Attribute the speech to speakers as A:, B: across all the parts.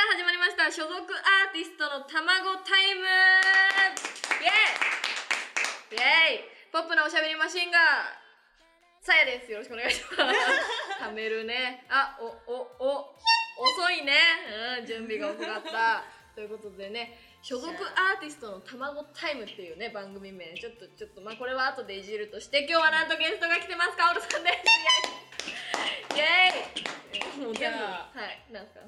A: ア所属アーティストの卵タイムイエーイイエーイポップなおしゃべりマシンガーさやですよろしくお願いしますためるねあおおお遅いね、うん、準備が遅かったということでね所属アーティストの卵タイムっていうね番組名ちょっとちょっとまあこれは後でいじるとして今日はなんとゲストが来てますかおるさんですイエーイイエーイもう全部
B: い
A: は
B: や
A: いなんすか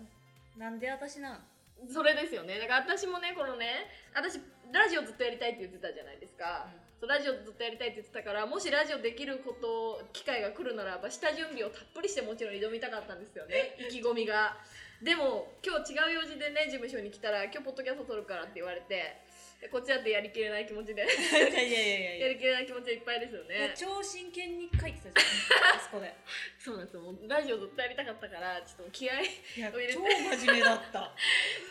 B: なんで私なん
A: それですよねだから私もねこのね私ラジオずっとやりたいって言ってたじゃないですか、そうラジオずっとやりたいって言ってたからもしラジオできること機会が来るならば下準備をたっぷりしてもちろん挑みたかったんですよね意気込みがでも今日違う用事でね事務所に来たら今日ポッドキャスト撮るからって言われてでこっちだってやりきれない気持ちで
B: いやいやい
A: や
B: やい
A: りきれない気持ちでいっぱいですよね
B: 超真剣に書いてたじゃんあそこ で
A: そうなんですよもうラジオずっとやりたかったからちょっと気合い
B: いや
A: 入れて
B: 超真面目だった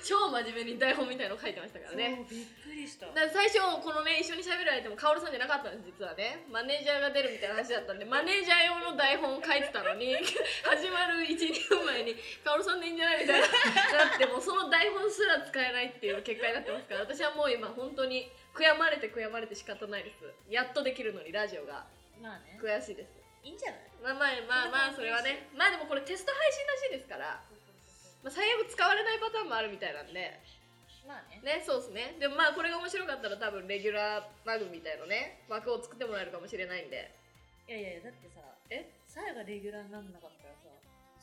A: 超真面目に台本みたいの書いてましたから ね
B: そうびっくりした
A: だから最初このね一緒に喋る相手もカオルさんじゃなかったんです実はねマネージャーが出るみたいな話だったんでマネージャー用の台本を書いてたのに 始まる12分前に「カオルさんでいいんじゃない?」みたいなだってもうその台本すら使えないっていう結果になってますから私はもう今本当に悔やまれて悔やまれて仕方ないですやっとできるのにラジオが
B: まあね
A: 悔しいです
B: いいんじゃない
A: まあまあまあまあそれはねまあでもこれテスト配信らしいですから、まあ、最悪使われないパターンもあるみたいなんで
B: まあね
A: ねそうですねでもまあこれが面白かったら多分レギュラー番組みたいなね枠を作ってもらえるかもしれないんで
B: いやいやいやだってさ
A: え
B: さやがレギュラーになんなかったらさ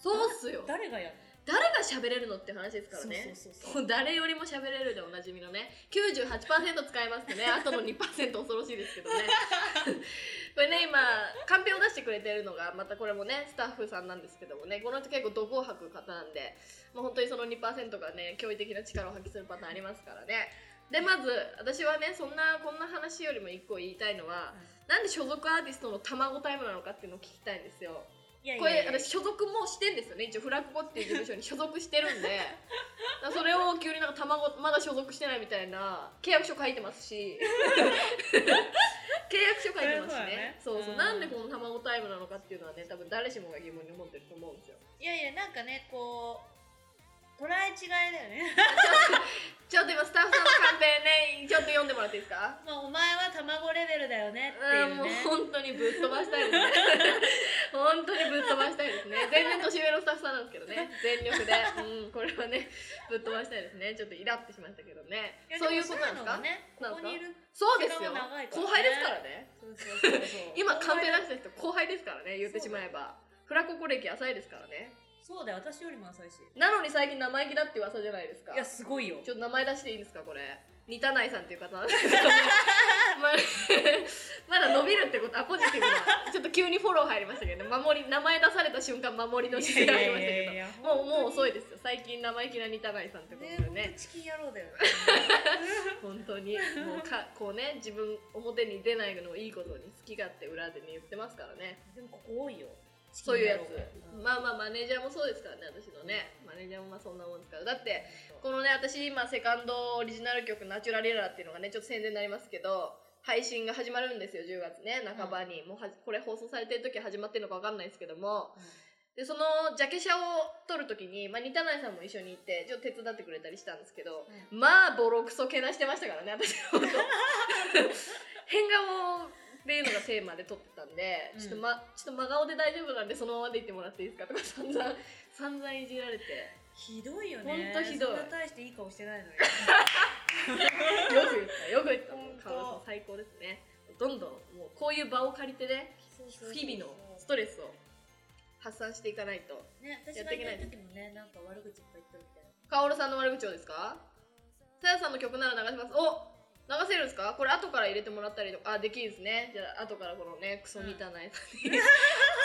A: そうっすよ
B: 誰がやる
A: 誰が喋れるのって話ですから
B: の、
A: ね
B: そうそうそうそ
A: もう誰よりも喋れるでおなじみのね98%使えますってねあとの2%恐ろしいですけどね これね今カンペを出してくれてるのがまたこれもねスタッフさんなんですけどもねこの人結構毒を吐く方なんで、まあ、本当にその2%がね驚異的な力を発揮するパターンありますからねでまず私はねそんなこんな話よりも1個言いたいのは、なんで所属アーティストの卵タイムなのかっていうのを聞きたいんですよ
B: ういやい
A: こ
B: や
A: れ
B: いや
A: 私所属もしてんですよね一応フラッグボッチっていう事務所に所属してるんで だからそれを急になんか卵まだ所属してないみたいな契約書書いてます し契約書書いてますしねそ
B: そ
A: う
B: りゃ
A: そう
B: そうだねうん
A: なんでこの卵タイムなのかっていうのはね多分誰しもが疑問に思ってると思うん ですよ
B: いやいやなんかねこう捉え違いだよね
A: ちょっと今スタッフさんのカンペねちょっと読んでもらっていいですか
B: まあお前は卵レベルだよねって
A: あ
B: い
A: ー
B: う
A: もう
B: ね
A: 本当にぶっ飛ばしたいですね 本当にぶっ飛ばしたいですね全然年上のスタッフさんなんですけどね全 力で、うん、これはねぶっ飛ばしたいですねちょっとイラってしましたけどね
B: や
A: そういう
B: でも
A: ことなんですか
B: そういうのもねこ
A: なん
B: こ
A: か
B: にいる
A: そうですよ、
B: 時間は長いからね
A: 後輩ですからね
B: そうそうそうそう
A: 今カンペ出した人後輩ですからね言ってしまえばフラココ歴浅いですからね
B: そうだよ私よりも浅いし
A: なのに最近生意気だって噂じゃないですか
B: いやすごいよ
A: ちょっと名前出していいんですかこれ似たないさんっていう 方 なんですけどまあまだ伸びるってことあポジティブなちょっと急にフォロー入りましたけどね守り名前出された瞬間守りの姿勢がありました
B: いや
A: け
B: いやいや
A: どもうもう遅
B: い
A: いですよ最近生意気な似たないさんってこと
B: ね
A: で
B: 本当
A: ね
B: チキン野郎だよ
A: 本当にもうかこうね自分表に出ないのをいいことに好き勝手裏でね言ってますからね
B: でもここ多いよ
A: そういうやつ
B: うん
A: まあまあマネージャーもそうですからね私のねマネージャーもまあそんなもんですからだってこのね私今セカンドオリジナル曲「ナチュラリラ」っていうのがねちょっと宣伝になりますけど配信が始まるんですよ10月ね半ばに、もうはこれ放送されてる時は始まってるのか分かんないですけどもでそのジャケ写を撮る時に、まあ、似たないさんも一緒に行ってちょっと手伝ってくれたりしたんですけど、まあボロクソけなしてましたからね私のこと 変顔っていうのがテーマで撮ってたんで、
B: うん
A: ちょっとま、ちょっと真顔で大丈夫なんでそのままで行ってもらっていいですかとか散々散々いじられて
B: ひどいよね
A: ほんとひどい
B: そんな大していい顔してないのよ
A: よく言ったよく言ったも
B: ほ
A: うん
B: と
A: 川村さん最高ですねどんどんもうこういう場を借りてね
B: そうそうそう そう
A: 日々のストレスを発散していかないと
B: ね私
A: やっ
B: が
A: ていけ
B: 行
A: ない
B: った時もねなんか悪口いっぱい言ったみたいな
A: 薫さんの悪口をですかさやさんの曲なら流しますお流せるんですかこれ後から入れてもらったりとかあできるんですねじゃあ後からこのねクソみたないさん に、ク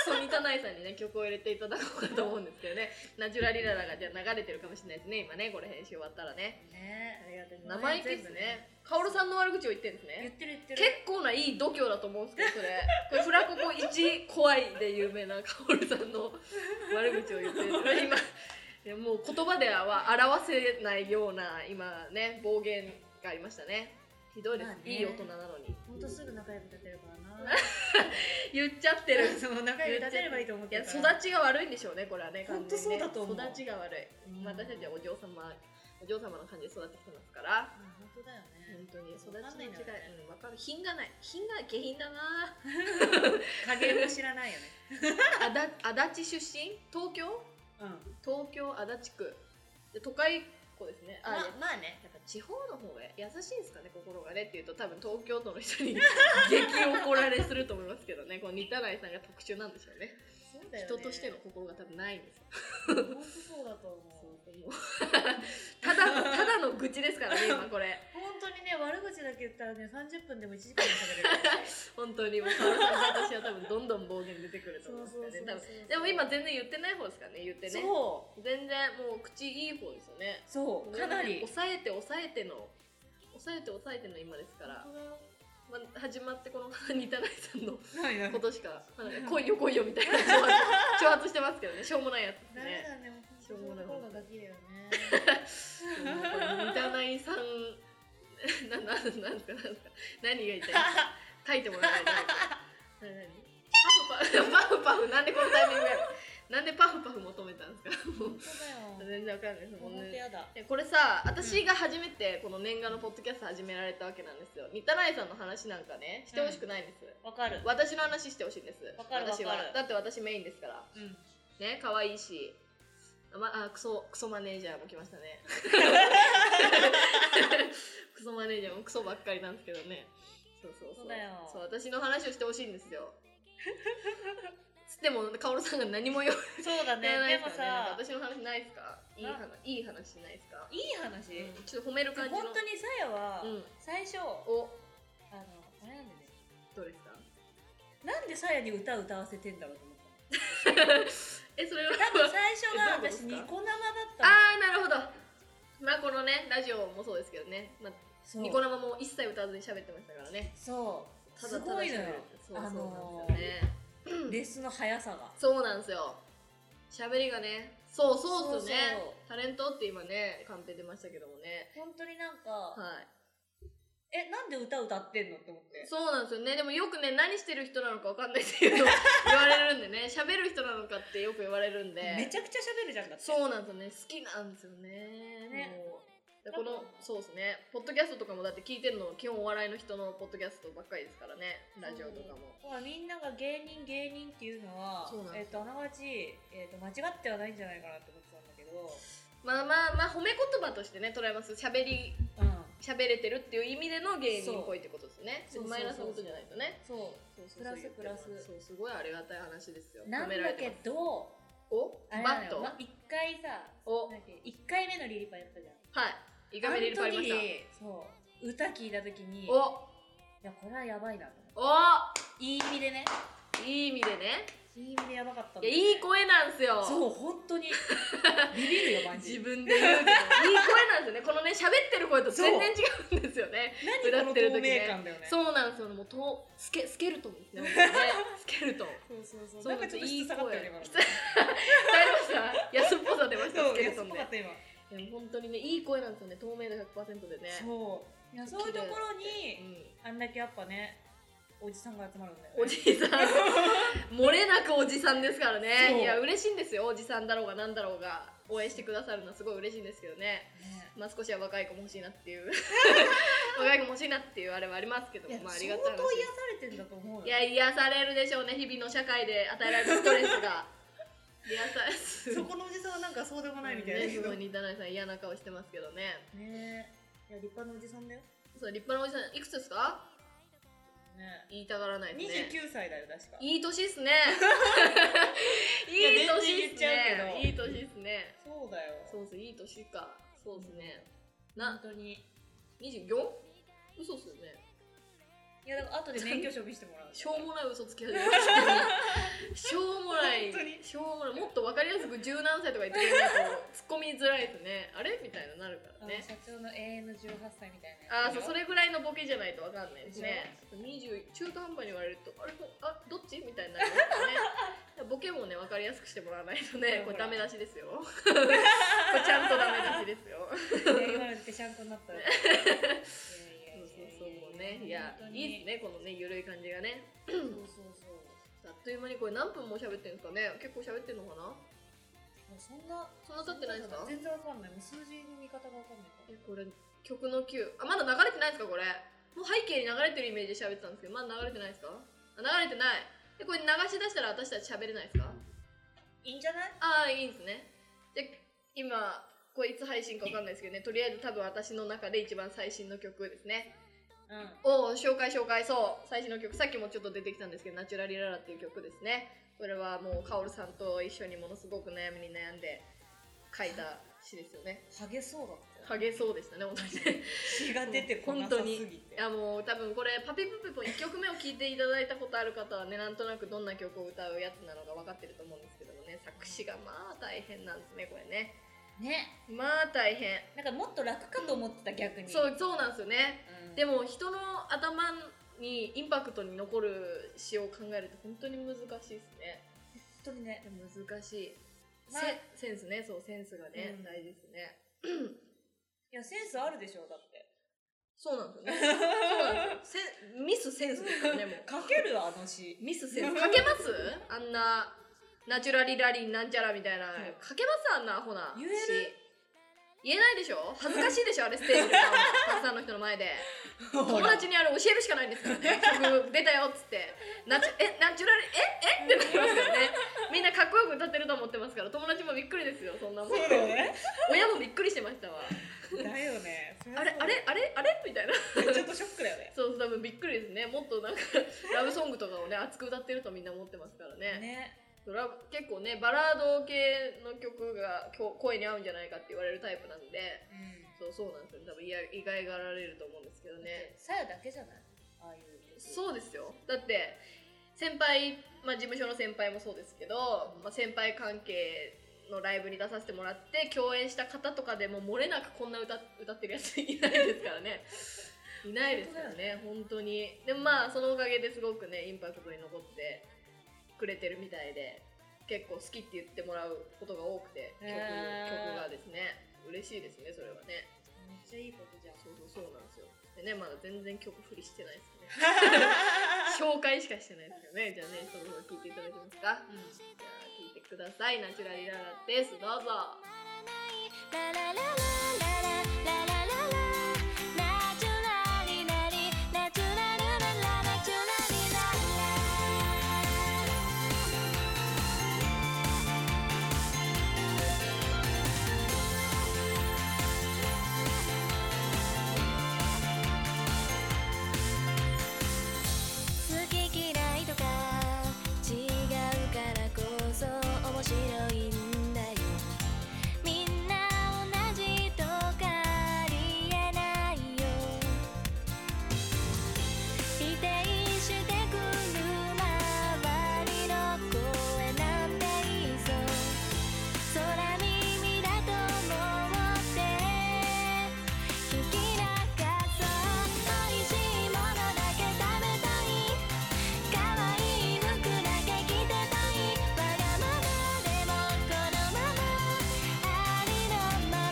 A: ソみたないさんにね曲を入れていただこうかと思うんですけどねナチュラリララがじゃあ流れてるかもしれないですね今ねこれ編集終わったらね
B: ねありがとうございます
A: 生意気ですね薫さんの悪口を言ってるんですね
B: 言ってる言ってる
A: 結構ないい度胸だと思うんですけどそれこれフラココ一怖いで有名なカオルさんの悪口を言ってる今いやもう言葉では表せないような今ね暴言がありましたねひどいです、
B: まあね
A: いい大人なのに
B: ほんとすぐ中指立てるからな
A: 言っちゃってる
B: そう中指立てればいいと思っ
A: い
B: て
A: や
B: るか
A: 育
B: ら
A: ちが悪いんでしょうねこれはね
B: ほんとそうだと思う
A: 完全にね育ちが悪い、
B: うん
A: 私たちはお嬢様お嬢様の感じで育ってきてますから
B: まあ本当だよね
A: 本当に育ちの違い、
B: わかんないんだよね
A: うん、わかる品がない品が下品だな
B: 加減も知らないよね
A: あだ足立出身東京
B: うん
A: 東京足立区で都会っ子ですねあ、
B: ま
A: いや
B: まあね
A: やっぱ地方の方が優しいんですかね心がねっていうと多分東京都の人 に激怒られすると思いますけどねこの似たないさんが特殊なんでしょうね
B: そうだよね
A: 人としての心が多分ないんですよ
B: 本当そうだと思う
A: もうただのただの愚痴ですからね今これ
B: 本当にね悪口だけ言ったらね30分でも1時間も喋れるからね
A: 本当にもう沢田さんと私は多分どんどん暴言出てくると
B: そう
A: 思うんです
B: そ
A: よ
B: うそう
A: ね
B: そ
A: 多
B: う
A: 分でも今全然言ってない方ですからね言ってね
B: そ
A: 全然もう口いい方ですよね
B: うそうかなり
A: 抑えて抑えての抑えて抑えての今ですから、まあ、始まってこの似たないさん の
B: ないな
A: ことしか「来いよ来いよ」みたいな挑発挑発してますけ どねしょうもないやつですね
B: ダメだね、もうそういう ところがガキだよね。
A: 似たないさん なななんかなんか何が言いたい書いてもらえないと何何パフパフパフパフなんでこのタイミングやろなんでパフパフ求めたんですかもう
B: 本当だよ。
A: 全然わかんないですもん
B: 本
A: ね
B: 当やだ。
A: でこれさ私が初めてこの念願のポッドキャスト始められたわけなんですよ似たないさんの話なんかねしてほしくないんです、
B: わかる。
A: 私の話してほしいんです
B: わかる
A: 私は
B: わかる
A: だって私メインですから
B: うん。
A: ね可愛いしあまあクソクソマネージャーも来ました ねクソマネージャーもクソばっかりなんですけどねそうそうそう
B: そうだよ
A: そう私の話をしてほしいんですよつってもカオルさんが何も言わ
B: そうだね。
A: ない
B: で
A: で
B: も
A: すからね
B: さ、
A: 私の話ないですかいい話いい話ないですか
B: いい話。
A: うんちょっと褒める感じの
B: 本当にさやは
A: うん
B: 最初あの
A: お
B: あれなんでね。
A: どうですか
B: なんでさやに歌歌わせてんだろうと思っ
A: えそれは
B: た。多分最初
A: え
B: が
A: どういうことですか
B: 私ニコ生だったの。
A: ああなるほどまあこのねラジオもそうですけどね、まあ、
B: そう
A: ニコ生も一切歌わずに喋ってましたからね
B: そう。
A: た
B: す
A: だただ
B: ご
A: 喋
B: いの
A: る。
B: よ
A: そうそう
B: あ
A: なんですよ
B: のー
A: ね、
B: レスの速さが。
A: そうなんですよ喋りがねそうそうっすよねタ
B: そうそう
A: レントって今ねカンペ出ましたけどもね
B: 本当になんか、
A: はい
B: え、なんで歌歌ってんのって思って。
A: そうなんですよねでもよくね何してる人なのかわかんないっていうのを言われるんでね喋る人なのかってよく言われるんで
B: めちゃくちゃ喋るじゃんだって。
A: そうなんですよね。好きなんですよね。
B: ね
A: もうでこのそうですね。ポッドキャストとかもだって聞いてるの基本お笑いの人のポッドキャストばっかりですからね。ラジオとかも。
B: ほらみんなが芸人芸人っていうのは
A: そうなんです
B: えっとあながち、えっと間違ってはないんじゃないかなって思ってたんだけど、
A: まあまあまあ褒め言葉としてね捉えます。喋り
B: うん、
A: 喋れてるっていう意味での芸人っぽ
B: そ
A: い
B: う
A: ってことですね。
B: そうそうそう
A: マイナスのことじゃないとね。
B: そ
A: そうそう
B: プラス
A: そう言ってもそうす
B: プラス
A: ごいありがたい話ですよ。
B: うなん
A: 褒め
B: だ
A: られて
B: け
A: ます
B: ど
A: お
B: あ
A: バ
B: れな
A: ット
B: のよま一回さ
A: お
B: なんだっけ一回目のリリパやったじゃん
A: はい。イカメリルパリまし
B: あの時そう歌聞いた時にい
A: た。お
B: やこれはやばいなと思って
A: お
B: いい意味でね
A: いい意味でね。
B: いい意味でやばかったん
A: い
B: だ
A: や
B: よね
A: いい声なんですよ。
B: そう本 当にビビるよマジ
A: 自
B: で
A: 分で言うけどいい声なんですよねこのね喋ってる声と全然違うんですよね
B: 何この透明感だよね
A: そうなんですよねもうとスケスケルトンですね本 当にねスケルトン
B: そうそうそう
A: そう
B: なんかちょっと質下がったよね今の
A: いい声 大丈夫 ですか安っぽさ出ました
B: そ
A: ス
B: う
A: ケル
B: 安
A: ト
B: っ
A: ン
B: ぽ
A: で
B: かった今
A: いや本当にねいい声なんですよね透明度100%でね
B: そういやそういうところに
A: う
B: あんだけやっぱねおじさんが集まるんだよ、
A: んおじさ ん漏れなくおじさんですから
B: そう
A: ねいや嬉しいんですよおじさんだろうがなんだろうが応援してくださるのはすごい嬉しいんですけどね
B: ね
A: まあ、少しは若い子も欲しいなって いう若い子も欲しいなっていうあれはありますけど
B: いや
A: も、まあ、あり
B: 相
A: が
B: 当
A: たい
B: 癒
A: 話
B: されてんだと思うよ
A: いや癒されるでしょうね日々の社会で与えられるストレスが癒され
B: そこのおじさんはなんかそうでもないみたい
A: ね
B: なけ
A: す
B: ど
A: ごい
B: ね
A: 似たないさん嫌な顔してますけどね
B: いや立派なおじさんだよ
A: そう立派なおじさんいくつですか
B: ね
A: 言いたがらないですね
B: 29歳だよ確か
A: いい年っすね
B: いや
A: いい年
B: 全然言
A: っ
B: っ
A: す
B: ちゃう
A: ね
B: けど
A: いい年っすね
B: そうだよ
A: そうですいい年かそうですね
B: 本
A: な
B: 当に
A: 24? 嘘っすよね
B: いやだから後で免許証見せてもらう
A: しょうもない嘘つき始めま したしょうもない
B: 本当に
A: しょうもないもっと分かりやすく17歳とか言ってくれないと突っ込みづらいですねあれみたいななるから
B: あの
A: ね
B: 社長の永遠の18歳みたいな
A: あーそうそ
B: れ
A: れぐらいのボケじゃないと分かんないですね20中途半端に言われるとあれこあどっちみたいになります よねボケもね分かりやすくしてもらわないとねこれダメ出しですよ これちゃんとダメ出しですよ
B: 今のってちゃんとなったらいやいやいやいや
A: そうそうそういや
B: 本当に
A: いいですねこのねゆるい感じがね
B: そうそうそう
A: あっという間にこれ何分も喋ってるんですかね結構喋ってるのかな
B: もうそんな
A: そんな経ってないですか
B: 全然わかんないもう数字の見方がわかんないから
A: えこれ曲の Q あまだ流れてないですかこれもう背景に流れてるイメージで喋ってたんですけどまだ流れてないですかあ流れてないえこれ流し出したら私たち喋れないですか
B: いいんじゃな
A: あ
B: い
A: あいいんですねで今これいつ配信かわかんないですけどねとりあえず多分私の中で一番最新の曲ですね
B: うん
A: おお紹介紹介そう最新の曲さっきもちょっと出てきたんですけど「ナチュラリララ」っていう曲ですねこれはもうカオルさんと一緒にものすごく悩みに悩んで書いた詩ですよね
B: ハゲそうだった
A: ハゲそうでしたね本当にね
B: 血が出てこなさすぎて
A: いやもう多分これ「パピプペポ」1曲目を聴いていただいたことある方はねなんとなくどんな曲を歌うやつなのか分かってると思うんですけどもね作詞がまあ大変なんですねこれね
B: ね
A: まあ大変
B: なんかもっと楽かと思ってた逆に
A: そうそうなんですよね
B: うん
A: でも人の頭にインパクトに残る詩を考えると本当に難しいですね
B: 本当にね
A: 難しい、
B: まあ
A: セセンスねそうセンスがね、
B: うん
A: 大事ですね
B: いやセンスあるでしょだって
A: そうなんですよねそうなんですよセン ミスセンスですよねもう
B: かけるあの詩
A: ミス センスかけますあんなナチュラリラリンなんちゃらみたいなか
B: そう
A: けますあんなアホな
B: 言える
A: 詩言えないでしょ恥ずかしいでしょあれステージで歌うのたくさんの人の前で友達にあれ教えるしかないんですからね曲出たよっつってナチュえナチュラルええってなりますからねみんなかっこよく歌ってると思ってますから友達もびっくりですよそんなもん
B: そうだよね
A: 親もびっくりしてましたわ
B: だよねそ
A: あれあれあれあれみたいな
B: れちょっとショックだよね
A: そう多分びっくりですねもっとなんかラブソングとかをね熱く歌ってるとみんな思ってますからね
B: ね
A: そうラブ結構ねバラード系の曲がこ声に合うんじゃないかって言われるタイプなんでそうそうなんですよ多分いや意外がられると思うんですけどね
B: さやだけじゃないああいうう
A: そうですよだって先輩、まあ、事務所の先輩もそうですけど、まあ、先輩関係のライブに出させてもらって共演した方とかでも漏れなくこんな歌歌ってるやついないですからね いないですからね本当にでもまあそのおかげですごくねインパクトに残ってくれてるみたいで結構好きって言ってもらうことが多くて曲,、
B: へー
A: 曲がですね嬉しいですねそれはね
B: めっちゃいいことじゃん
A: そうそうそうなんですよでねまだ全然曲振りしてない ですね紹介しかしてないですよね。じゃあね、そのまま聞いていただけますか。じゃあ聞いてください。ナチュラリララです。どうぞ。
C: 好き嫌いとか違うからこそ面白いんだよみんな同じとかありえないよ否定してくる周りの声なんていいぞ空耳だと思って「聞きながらおいしいものだけ食べたい」「かわいい服だけ着てたい」「わがままでもこのまま」「ありのまま」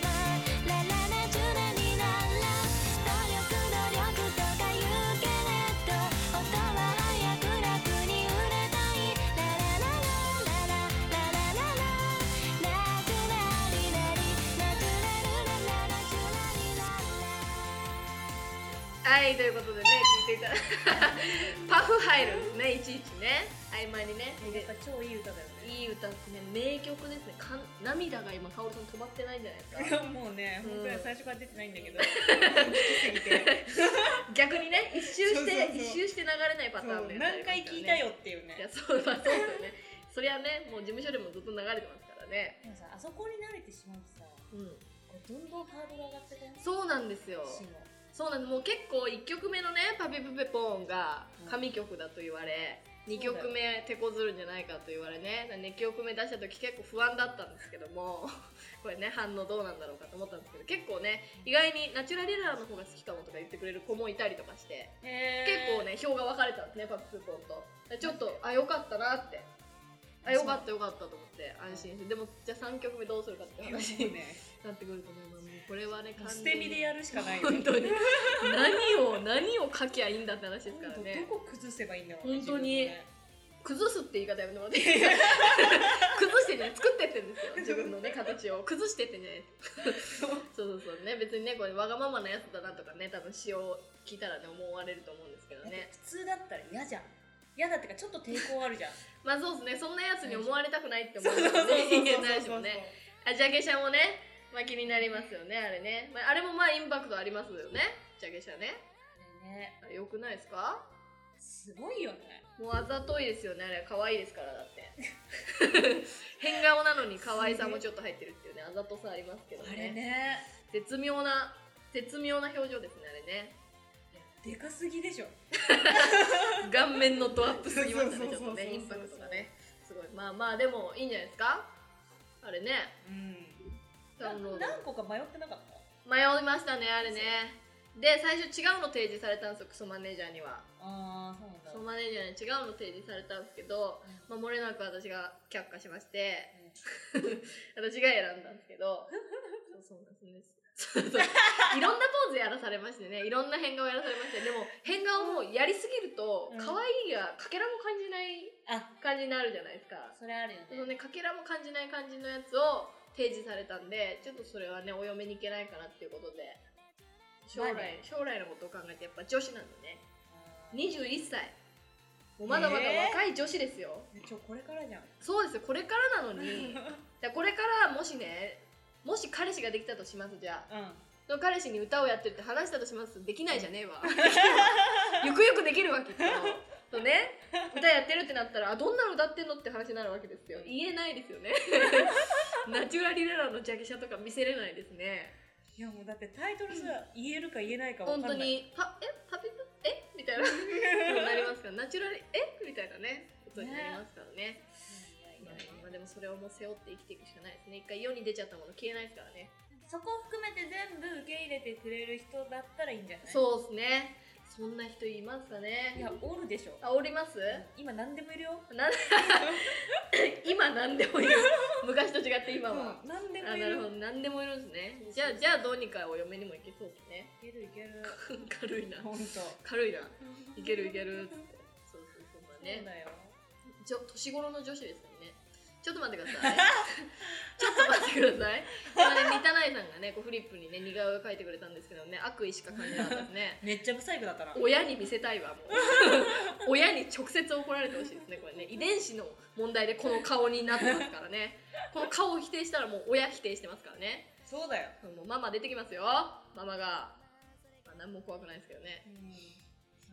C: 「ララナチュラになら」「努力努力とか言うけれど」「音は早く楽に売れたい」「ララララララララララ」「ナチュラリラリナチュラルララナチュラリラ
A: はい、ということでね、聞いていただ パフ入るんですね、いちいちね。合間にね。
B: やっぱ超いい歌だよね
A: いい歌ですね。名曲ですね。かん涙が今、カオルさん止まってないんじゃないですか。
B: いやもうね
A: うん
B: 本当に最初から出てないんだけど聞きすぎ て
A: 逆にね、一周して、
B: そうそうそう
A: 一周して流れないパターン
B: そ
A: の
B: う
A: やつあります
B: 何
A: からね
B: 回聞いたよっていう
A: いや、
B: ね
A: そうだ、そうだよね。そりゃね、もう事務所でもずっと流れてますからね。
B: でもさあそこに慣れてしまうとさ
A: うん。
B: こうどんどんハードル上がってこない
A: そうなんですよ。
B: 詩の
A: そうなんですもう結構1曲目のね「パピプペポーン」が神曲だと言われ、
B: うん
A: 2曲目手こずるんじゃないかと言われね2曲目出した時結構不安だったんですけども これね反応どうなんだろうかと思ったんですけど結構ね意外に「ナチュラリラーの方が好きかも」とか言ってくれる子もいたりとかして結構 ね票が分かれたんですねパピプペポーンとでちょっとあよかったなってあよかったよかったと思って安心してでもじゃあ3曲目どうするかって
B: いやも
A: 話
B: う
A: に
B: ね
A: なってくるとね、まあ、これはね完
B: 捨
A: 全
B: て身でやるしかないよ
A: 本
B: ね
A: 当に何を何を書きゃいいんだって話ですから
B: 本
A: ね
B: 当どこ崩せばいいんだろう
A: 本当に
B: 自分のね
A: 崩すって言い方やめてもら っていいですか崩してね作ってってんですよ自分のね形を崩してってんじゃ ないですかそうそうそうね別にねこれわがままなやつだなとかね多分詩を聞いたらね思われると思うんですけど
B: だっ
A: ね
B: て普通だったら嫌じゃん嫌だってかちょっと抵抗あるじ ゃん
A: まあそうですねそんなやつに思われたくないって思う
B: そう そうそうそう
A: 人間ないしもねあジャケ写もねまあ気になりますよねあれね、まあ、あれもまあインパクトありますよねジャケ写ね
B: あれね
A: あれよくないですか
B: すごいよね
A: もうあざといですよねあれ可愛いですからだって 変顔なのに可愛さもちょっと入ってるっていうねあざとさありますけど
B: あれ
A: ね
B: ね
A: 絶妙な絶妙な表情ですねあれね
B: でかすぎでしょ
A: 顔面のドアップすぎましたねちょっと
B: そうそうそうそう
A: ねインパクトがねすごいまあまあでもいいんじゃないですかあれね
B: うん
A: ダウンロード
B: 何個か迷ってなかった
A: 迷いましたねあれねで最初違うの提示されたんですよクソマネージャーには
B: ああそうなんだ
A: クソマネージャーに違うの提示されたんですけど、まあ、漏れなく私が却下しまして私が選んだんですけど そうそうなんですねそうそういろんなポーズやらされましてねいろんな変顔やらされましてでも変顔もやりすぎると
B: うん
A: 可愛いがかけらも感じない
B: あ
A: 感じになるじゃないですか
B: それあるよ
A: その
B: ね
A: ねかけらも感じない感じのやつを提示されたんでちょっとそれはねお嫁に行けないかなっていうことで将
B: まあね
A: 来将来のことを考えてやっぱ女子なんでね
B: あー
A: 21歳もうまだまだ若い女子ですよ、
B: えちょこれからじゃん
A: そうですよこれからなのにじゃあこれからもしねもし彼氏ができたとしますじゃあ
B: うん
A: その彼氏に歌をやってるって話したとしますできないじゃねえ わゆくゆくできるわけですよそうね歌やってるってなったらあどんなの歌ってんのって話になるわけですよ言えないです よねナチュラリレラのジャケ写とか見せれないですね
B: いやもうだってタイトルさ、言えるか言えないかわかん
A: 本
B: ない
A: 当にパえパピプえみ たいなそうなりますからナチュラリえみたいなねことになりますからね
B: い
A: ま
B: やいやいや
A: あまあでもそれをもう背負って生きていくしかないですね一回世に出ちゃったもの消えないですからね
B: そこを含めて全部受け入れてくれる人だったらいいんじゃない
A: そうですねそんな人いますかね
B: やおるでしょ
A: あおります
B: 今何でもいるよ
A: なん 今何でもいる昔と違って今は、
B: うん何でも
A: あ
B: い
A: な
B: る
A: るほど何でもいるんですねじゃあじゃあどうにかお嫁にも行けそうですね
B: いけるいける
A: 軽いな
B: 本
A: 軽いな
B: 当
A: いけるいけるっつってそうそうそうまあ
B: ね
A: ね
B: だよ
A: じょ年頃の女子ですよねちょっと待ってください ちょっと待ってください今ね三田内さんがねこうフリップにね似顔絵を描いてくれたんですけどね悪意しか感じなかったですね
B: めっちゃ不細工だったな
A: 親に見せたいわもう 親に直接怒られてほしいですねこれね遺伝子の問題でこの顔になってますからねこの顔を否定したらもう親否定してますからね
B: そうだよ
A: もうママ出てきますよママが、まあ、何も怖くないですけどね
B: う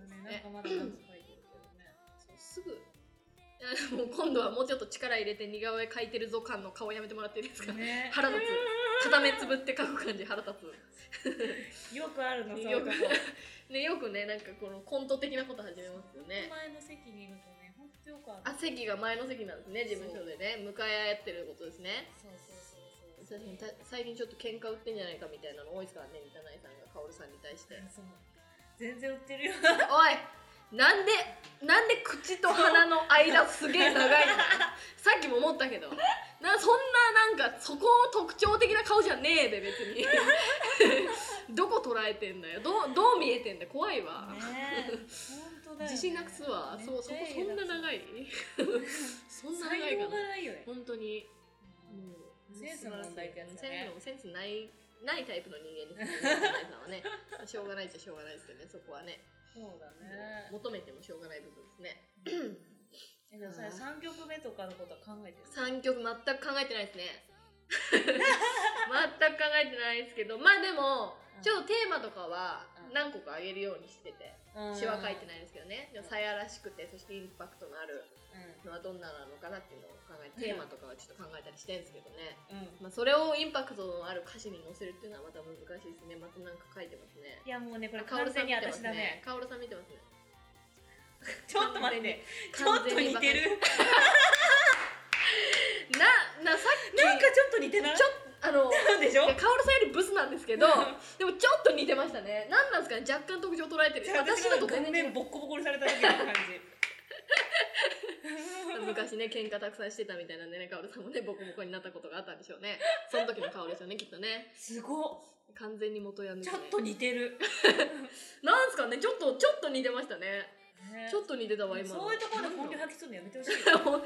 B: んそうねなんかまだダンス書いてるけどね
A: そうすぐいやもう今度はもうちょっと力入れて似顔絵描いてるぞ感の顔やめてもらっていいですか
B: ね
A: 腹立つ片目つぶって描く感じ腹立
B: よくあるのそう
A: よく
B: いうこと
A: つねよくねなんかこのコント的なこと始めますよね
B: 前の席にいるとね本当よくある
A: あ席が前の席なんですね事務所でね向かい合ってることですね
B: そうそうそうそう
A: 確かにた最近ちょっと喧嘩売ってんじゃないかみたいなの多いですからね三田内さんが薫さんに対して
B: そう全然売ってるよ
A: おいなんでなんで口と鼻の間すげえ長いのさっきも思ったけどなそんななんかそこを特徴的な顔じゃねえで別に どこ捉えてんだよどうどう見えてんだよ怖いわ、
B: ねえ本当だよね
A: 自信なくすわそうそこそんな長いそんな
B: 才
A: 長いか
B: 能が
A: な
B: ないよね
A: 本当に
B: うん
A: もう
B: センスの問題ってやつだね
A: センスのセンスないないタイプの人間ですね皆さん はねしょうがないっちゃしょうがないですよねそこはね
B: そうだね
A: 求めてもしょうがない部分ですね
B: えでもそれ3曲目とかのことは考えてる
A: 3曲全く考えてないですね全く考えてないですけどまあでも
B: うん
A: ちょっとテーマとかは
B: うん
A: 何個かあげるようにしてて
B: うん
A: 詩は書いてないですけどねでもさやらしくてそしてインパクトのあるのはどんななのかなっていうのを考えてテーマとかはちょっと考えたりしてるんですけどね、
B: う
A: ま
B: んうん
A: あ、それをインパクトのある歌詞に載せるっていうのはまた難しいですねまたなんか書いてますね
B: いやもうねこれ
A: あカオル
B: 完
A: さん見
B: 全に
A: てます
B: 私だ
A: ね
B: ね
A: カオルさん見てますね
B: ちょっと待ってちょ
A: 完
B: っと
A: 全に
B: 似
A: バカ
B: てる
A: ななさっき
B: なんかちょっと似てない
A: ちょあの
B: っとでしょ
A: いやカオルさんよりブスなんですけどでもちょっと似てましたね何なんですかね若干特徴捉えてる私
B: 私
A: だと
B: の顔
A: 全然違
B: 面
A: う
B: ボッコボコにされた時の感じ
A: 昔ね喧嘩たくさんしてた みたいなんでねカオルさんもねボコボコになったことがあったんでしょうねその時のカオルですよねきっとね
B: すごっ
A: 完全に元ヤンで
B: ち
A: す
B: ょ
A: ね
B: っと似てる、
A: なんすかねちょっとちょっと似てましたね
B: ね
A: ちょっと似てたわ今の
B: そういうところで本領発揮するのやめ てほしいよ
A: もう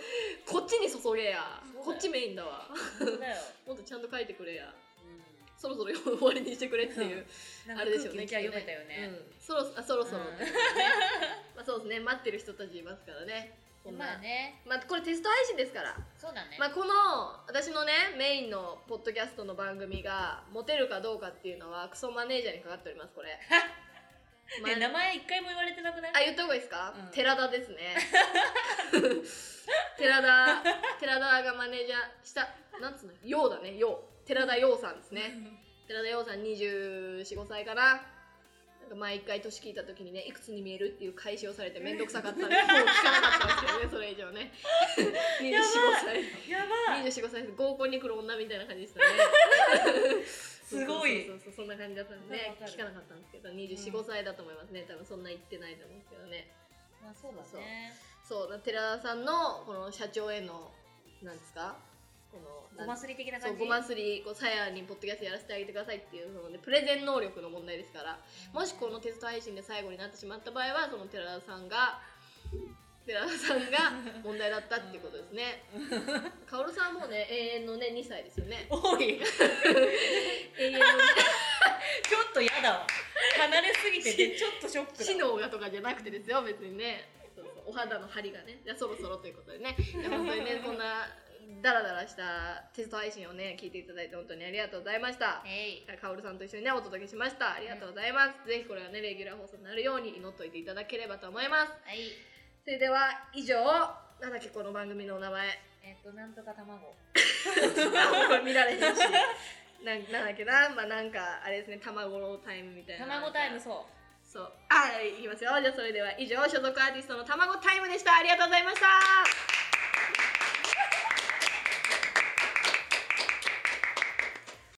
A: こっちに注げや
B: そうだよ
A: こっちメインだわ
B: 本当だよ、
A: もっとちゃんと書いてくれや
B: う
A: そろそろ 終わりにしてくれっていう、
B: ん、
A: あれですよね
B: じゃ読めたよ
A: う
B: ね、
A: ん、そろあそろそろ、
B: うん
A: ねまあそうですね待ってる人たちいますからねこんな、
B: まあね
A: まあこれテスト配信ですから
B: そうだね、
A: まあ、この私のねメインのポッドキャストの番組がモテるかどうかっていうのはクソマネージャーにかかっておりますこれ ま
B: ね名前一回も言われてなくない
A: あ言った方がいいですか、
B: うん
A: 寺田 ですね寺田寺田がマネージャーしたなんつうのようだねよう寺田ようさんですね寺田ようさん245歳かななんか毎回年聞いた時にねいくつに見えるっていう解消されて面倒くさ かったんでもう聞かなかったんですけどねそれ以上ね25歳
B: やばい
A: 25歳です合コンに来る女みたいな感じでしたね
B: すごい
A: そうそうそうそんな感じだったんで
B: わかるわかる
A: 聞かなかったんですけど245、5歳だと思いますね多分そんな言ってないと思うんですけどね
B: まあそうだ
A: そう
B: ね
A: そうだ寺田さんのこの社長へのなんですかこのな
B: お
A: ん
B: 祭り的な
A: そ
B: 感
A: う
B: じ
A: ごますりこうさやにポッドキャストやらせてあげてくださいっていうのでプレゼン能力の問題ですからもしこのテスト配信で最後になってしまった場合はその寺田さん が寺田さんが問題だったっていうことです ね。カオルさんはもうね永遠のね2歳ですよね。
B: おいち
A: 永遠のね
B: ょっとやだわ離れすぎててちょっとショックだ
A: 知能がとかじゃなくてですよ別にね。そうそうお肌の張りがねじゃあそろそろということでねいや本当にねこんなダラダラしたテスト配信をね聞いていただいて本当にありがとうございました。
B: えい
A: カオルさんと一緒にねお届けしました。ありがとうございます。ぜひこれはねレギュラー放送になるように祈っておいていただければと思います。
B: はい
A: それでは以上なんだっけこの番組のお名前
B: えっ、となんとか卵
A: これ見られへんしなんなんだっけなまあなんかあれですね卵のタイムみたいな
B: 卵タイムそう
A: そうあいきますよじゃあそれでは以上所属アーティストの卵タイムでしたありがとうございました